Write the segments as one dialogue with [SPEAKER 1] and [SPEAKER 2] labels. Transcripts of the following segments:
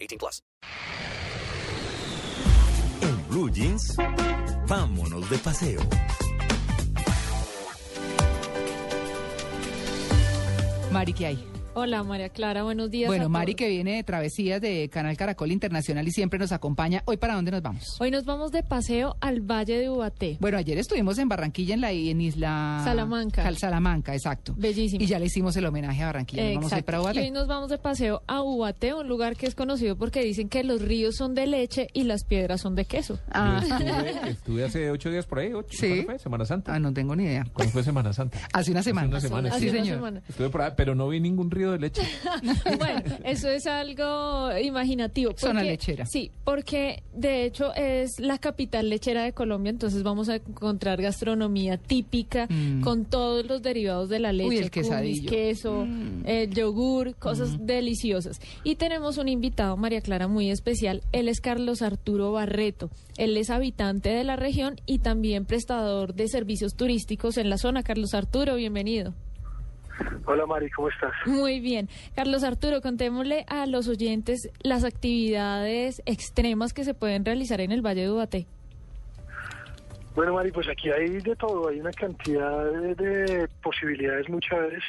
[SPEAKER 1] 18 plus.
[SPEAKER 2] En Blue Jeans, vámonos de paseo.
[SPEAKER 3] Mari, ¿qué hay?
[SPEAKER 4] Hola María Clara, buenos días. a
[SPEAKER 3] Bueno, Mari,
[SPEAKER 4] todos.
[SPEAKER 3] que viene de Travesías de Canal Caracol Internacional y siempre nos acompaña. ¿Hoy para dónde nos vamos?
[SPEAKER 4] Hoy nos vamos de paseo al Valle de Ubaté.
[SPEAKER 3] Bueno, ayer estuvimos en Barranquilla, en la en Isla...
[SPEAKER 4] Salamanca.
[SPEAKER 3] Cal- Salamanca, exacto.
[SPEAKER 4] Bellísimo.
[SPEAKER 3] Y ya le hicimos el homenaje a Barranquilla. Nos Vamos a ir
[SPEAKER 4] Exacto.
[SPEAKER 3] para Ubaté.
[SPEAKER 4] Y hoy nos vamos de paseo a Ubaté, un lugar que es conocido porque dicen que los ríos son de leche y las piedras son de queso.
[SPEAKER 3] Ah,
[SPEAKER 5] Estuve, estuve hace ocho días por ahí, ocho.
[SPEAKER 3] Sí.
[SPEAKER 5] ¿Cuándo fue? Semana Santa.
[SPEAKER 3] ah, no tengo ni idea.
[SPEAKER 5] ¿Cuándo fue Semana Santa?
[SPEAKER 3] Hace una semana.
[SPEAKER 5] una semana,
[SPEAKER 3] sí,
[SPEAKER 4] Hace una
[SPEAKER 3] señor.
[SPEAKER 4] semana.
[SPEAKER 5] Estuve por ahí, pero no vi ningún río de leche.
[SPEAKER 4] Bueno, eso es algo imaginativo.
[SPEAKER 3] Zona
[SPEAKER 4] porque-
[SPEAKER 3] lechera.
[SPEAKER 4] Sí, porque de hecho es la capital lechera de Colombia, entonces vamos a encontrar gastronomía típica con todos los derivados de la leche,
[SPEAKER 3] Mm. el quesadillo. Mm.
[SPEAKER 4] cumis, queso, eh, yogur, cosas deliciosas. Y tenemos un invitado, María Clara, muy especial. Él es Carlos Arturo Barreto. Él es habitante de la región y también prestador de servicios turísticos en la zona. Carlos Arturo, bienvenido.
[SPEAKER 6] Hola Mari, ¿cómo estás?
[SPEAKER 4] Muy bien. Carlos Arturo, contémosle a los oyentes las actividades extremas que se pueden realizar en el Valle de Ubaté.
[SPEAKER 6] Bueno Mari, pues aquí hay de todo, hay una cantidad de, de posibilidades muchas veces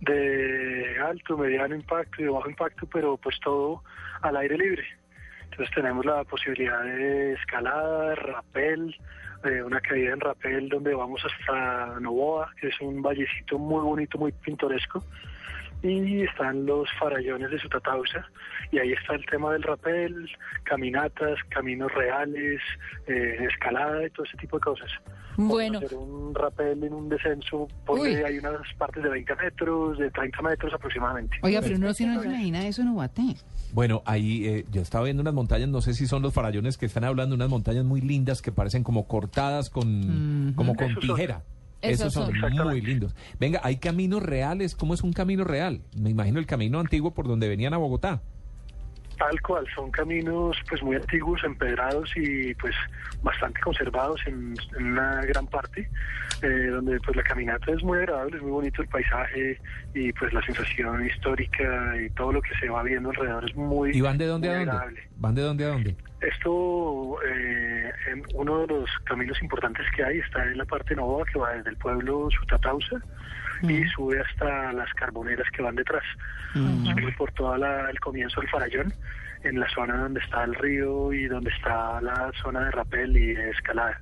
[SPEAKER 6] de alto, mediano impacto y de bajo impacto, pero pues todo al aire libre. Entonces tenemos la posibilidad de escalada, rapel, eh, una caída en rapel donde vamos hasta Novoa, que es un vallecito muy bonito, muy pintoresco. y están los farallones de Sutatausa y ahí está el tema del rapel, caminatas, caminos reales, eh, escalada y todo ese tipo de cosas.
[SPEAKER 4] Bueno,
[SPEAKER 6] Hacer un rapel en un descenso, porque
[SPEAKER 3] Uy.
[SPEAKER 6] hay unas partes de 20 metros, de 30 metros aproximadamente.
[SPEAKER 3] Oiga, pero uno sí no se imagina eso en Ubaté.
[SPEAKER 5] Bueno, ahí eh, yo estaba viendo unas montañas, no sé si son los farallones que están hablando, unas montañas muy lindas que parecen como cortadas con, como con
[SPEAKER 6] Esos son.
[SPEAKER 5] tijera.
[SPEAKER 4] Esos
[SPEAKER 5] Esos son
[SPEAKER 4] son.
[SPEAKER 5] muy
[SPEAKER 6] Exactamente.
[SPEAKER 5] lindos. Venga, hay caminos reales. ¿Cómo es un camino real? Me imagino el camino antiguo por donde venían a Bogotá.
[SPEAKER 6] Tal cual, son caminos pues muy antiguos, empedrados y pues bastante conservados en, en una gran parte, eh, donde pues la caminata es muy agradable, es muy bonito el paisaje y pues la sensación histórica y todo lo que se va viendo alrededor es muy
[SPEAKER 5] ¿Y van de dónde
[SPEAKER 6] muy
[SPEAKER 5] a dónde?
[SPEAKER 6] agradable.
[SPEAKER 5] ¿Van de dónde a dónde?
[SPEAKER 6] Esto, eh, en uno de los caminos importantes que hay está en la parte nova que va desde el pueblo Sutatausa y sube hasta las carboneras que van detrás. Sube por todo el comienzo del farallón, en la zona donde está el río y donde está la zona de rapel y de escalada,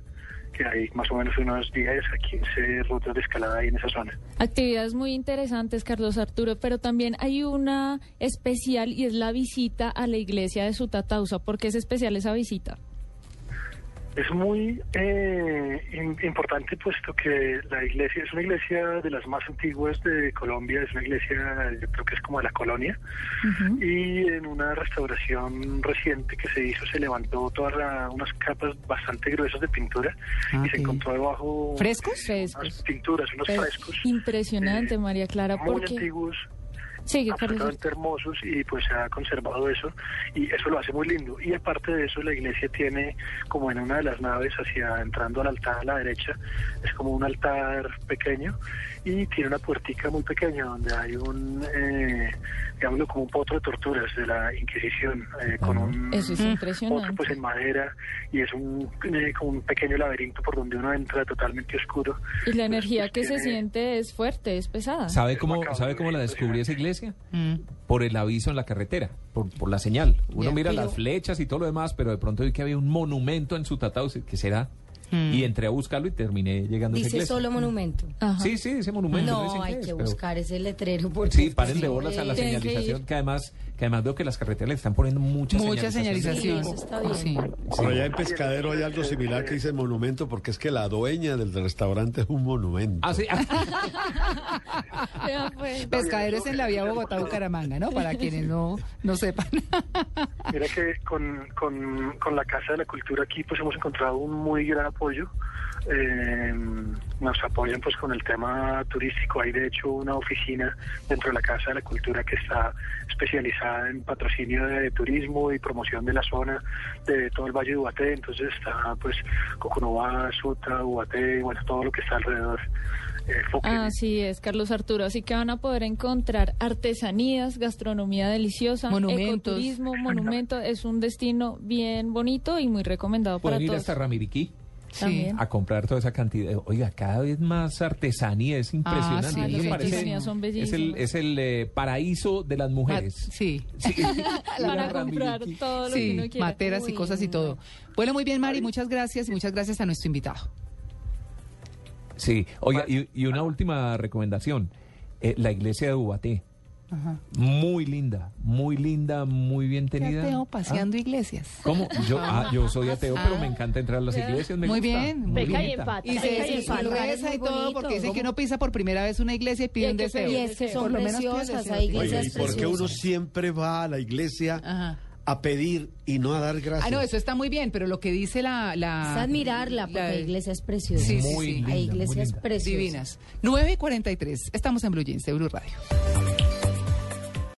[SPEAKER 6] que hay más o menos unos 10 a 15 rutas de escalada ahí en esa zona.
[SPEAKER 4] actividades muy interesantes, Carlos Arturo, pero también hay una especial y es la visita a la iglesia de Sutatausa. ¿Por qué es especial esa visita?
[SPEAKER 6] Es muy eh, im- importante puesto que la iglesia es una iglesia de las más antiguas de Colombia, es una iglesia, yo creo que es como de la colonia, y en una restauración reciente que se hizo se levantó todas la- unas capas bastante gruesas de pintura
[SPEAKER 3] Ah,
[SPEAKER 6] y se
[SPEAKER 3] qué
[SPEAKER 6] encontró debajo
[SPEAKER 3] ¿Frescos?
[SPEAKER 6] unas
[SPEAKER 4] Frescos.
[SPEAKER 6] pinturas, unos
[SPEAKER 4] Pero
[SPEAKER 6] Ah, frescos
[SPEAKER 4] Impresionante,
[SPEAKER 6] eh,
[SPEAKER 4] María Clara,
[SPEAKER 6] muy
[SPEAKER 4] porque...
[SPEAKER 6] antiguos,
[SPEAKER 4] Sigue, Carlos. Arturo.
[SPEAKER 6] absolutamente hermosos y pues se ha conservado eso y eso lo hace muy lindo y aparte de eso la iglesia tiene como en una de las naves hacia entrando al altar a la derecha es como un altar pequeño y tiene una puertica muy pequeña donde hay un eh, digámoslo como un potro de torturas de la Inquisición eh, con un
[SPEAKER 4] Eso es
[SPEAKER 6] otro pues
[SPEAKER 4] impresionante.
[SPEAKER 6] en madera y es un, eh, como un pequeño laberinto por donde uno entra totalmente oscuro Pues,
[SPEAKER 4] Y la energía que se
[SPEAKER 6] tiene-
[SPEAKER 4] siente es fuerte, es pesada.
[SPEAKER 5] ¿Sabe cómo,
[SPEAKER 6] macabro,
[SPEAKER 5] ¿Sabe cómo la
[SPEAKER 6] es
[SPEAKER 5] descubrí esa iglesia?
[SPEAKER 3] Mm.
[SPEAKER 5] por el aviso en la carretera, por, por la señal. Uno
[SPEAKER 3] Ya,
[SPEAKER 5] mira
[SPEAKER 3] pero-
[SPEAKER 5] las flechas y todo lo demás, pero de pronto vi que había un monumento en su tatao. ¿Qué será? y entré a buscarlo y terminé llegando a esa
[SPEAKER 7] Dice
[SPEAKER 5] iglesia.
[SPEAKER 7] solo monumento.
[SPEAKER 4] Ajá.
[SPEAKER 5] Sí, sí, ese monumento. es
[SPEAKER 7] No,
[SPEAKER 5] en
[SPEAKER 7] hay
[SPEAKER 5] inglés,
[SPEAKER 7] que
[SPEAKER 5] pero-
[SPEAKER 7] buscar ese letrero porque
[SPEAKER 5] Sí, paren de bolas a la
[SPEAKER 4] Tienen que
[SPEAKER 5] señalización,
[SPEAKER 4] ir.
[SPEAKER 5] que, además que además veo que las carreteras le están poniendo muchas
[SPEAKER 3] Mucha señalización.
[SPEAKER 7] Sí, eso está bien.
[SPEAKER 3] Sí.
[SPEAKER 8] Por allá en Pescadero hay algo similar que dice monumento, porque es que la dueña del restaurante es un monumento.
[SPEAKER 5] Ah, sí.
[SPEAKER 4] Vea, pues.
[SPEAKER 3] Pescadores en la vía Bogotá-Bucaramanga, ¿no? Para quienes no, no sepan.
[SPEAKER 6] Mira que con, con, con la Casa de la Cultura aquí pues hemos encontrado un muy gran apoyo. Eh, nos apoyan pues con el tema turístico. Hay de hecho una oficina dentro de la Casa de la Cultura que está especializada en patrocinio de turismo y promoción de la zona de todo el Valle de Ubaté. Entonces está pues Coconobá, Suta, Ubaté, bueno, todo lo que está alrededor. Eh, Foquene.
[SPEAKER 4] Así es, Carlos Arturo. Así que van a poder encontrar artesanías, gastronomía deliciosa,
[SPEAKER 3] Monumentos.
[SPEAKER 4] ecoturismo, monumento. Es un destino bien bonito y muy recomendado para
[SPEAKER 5] Pueden ir
[SPEAKER 4] todos.
[SPEAKER 5] hasta Ramiriquí
[SPEAKER 3] Sí.
[SPEAKER 4] También.
[SPEAKER 5] a comprar toda esa cantidad. Oiga, cada vez más artesanía, es impresionante.
[SPEAKER 3] sí,
[SPEAKER 5] ¿no les
[SPEAKER 3] las
[SPEAKER 5] parece?
[SPEAKER 3] artesanías
[SPEAKER 4] son
[SPEAKER 5] es el,
[SPEAKER 4] bellísimas.
[SPEAKER 5] es el eh, paraíso de las mujeres.
[SPEAKER 3] Ah, Sí.
[SPEAKER 4] Para comprar
[SPEAKER 5] Ramiriquí.
[SPEAKER 4] todo lo que
[SPEAKER 3] Sí,
[SPEAKER 4] uno quiera.
[SPEAKER 3] materas y
[SPEAKER 7] Uy,
[SPEAKER 3] cosas y
[SPEAKER 7] no.
[SPEAKER 3] todo. Bueno, muy bien, Mari, muchas gracias y muchas gracias a nuestro invitado.
[SPEAKER 5] Sí, oiga, y, y una última recomendación. Eh, la iglesia de Ubaté. Muy linda, muy linda, muy bien tenida.
[SPEAKER 3] Ateo
[SPEAKER 5] Ah,
[SPEAKER 3] paseando iglesias.
[SPEAKER 5] ¿Cómo? Yo, ah, yo soy ateo, pero
[SPEAKER 3] Ah.
[SPEAKER 5] me encanta entrar a las iglesias. me
[SPEAKER 3] Muy
[SPEAKER 5] gusta,
[SPEAKER 3] bien.
[SPEAKER 5] muy
[SPEAKER 3] Peca
[SPEAKER 9] y
[SPEAKER 5] bonita.
[SPEAKER 9] empata.
[SPEAKER 3] Y se
[SPEAKER 9] Ay, sí, sí,
[SPEAKER 7] lugares
[SPEAKER 3] desinfluenza
[SPEAKER 7] muy
[SPEAKER 3] y todo
[SPEAKER 7] bonitos.
[SPEAKER 3] porque dicen que
[SPEAKER 7] ¿Cómo?
[SPEAKER 3] uno pisa por primera vez una iglesia y pide
[SPEAKER 4] hay
[SPEAKER 3] un
[SPEAKER 4] que
[SPEAKER 3] deseo.
[SPEAKER 7] Y es que son
[SPEAKER 3] Por lo menos pide un
[SPEAKER 7] preciosas,
[SPEAKER 3] deseo.
[SPEAKER 7] hay
[SPEAKER 8] Oiga,
[SPEAKER 7] iglesias
[SPEAKER 8] ¿y por qué uno
[SPEAKER 7] preciosas.
[SPEAKER 8] siempre va a la iglesia
[SPEAKER 3] Ajá.
[SPEAKER 8] a pedir y no a dar gracias?
[SPEAKER 3] Ah, no, eso está muy bien, pero lo que dice la... la
[SPEAKER 7] Es admirarla porque
[SPEAKER 3] Ah, la-
[SPEAKER 7] hay iglesias preciosas.
[SPEAKER 3] Sí, sí,
[SPEAKER 5] Muy
[SPEAKER 3] sí.
[SPEAKER 5] linda,
[SPEAKER 7] Hay
[SPEAKER 5] muy
[SPEAKER 7] iglesias
[SPEAKER 5] linda.
[SPEAKER 7] preciosas.
[SPEAKER 3] Divinas. 9 y 43. Estamos en Blue Jeans de Blue Radio.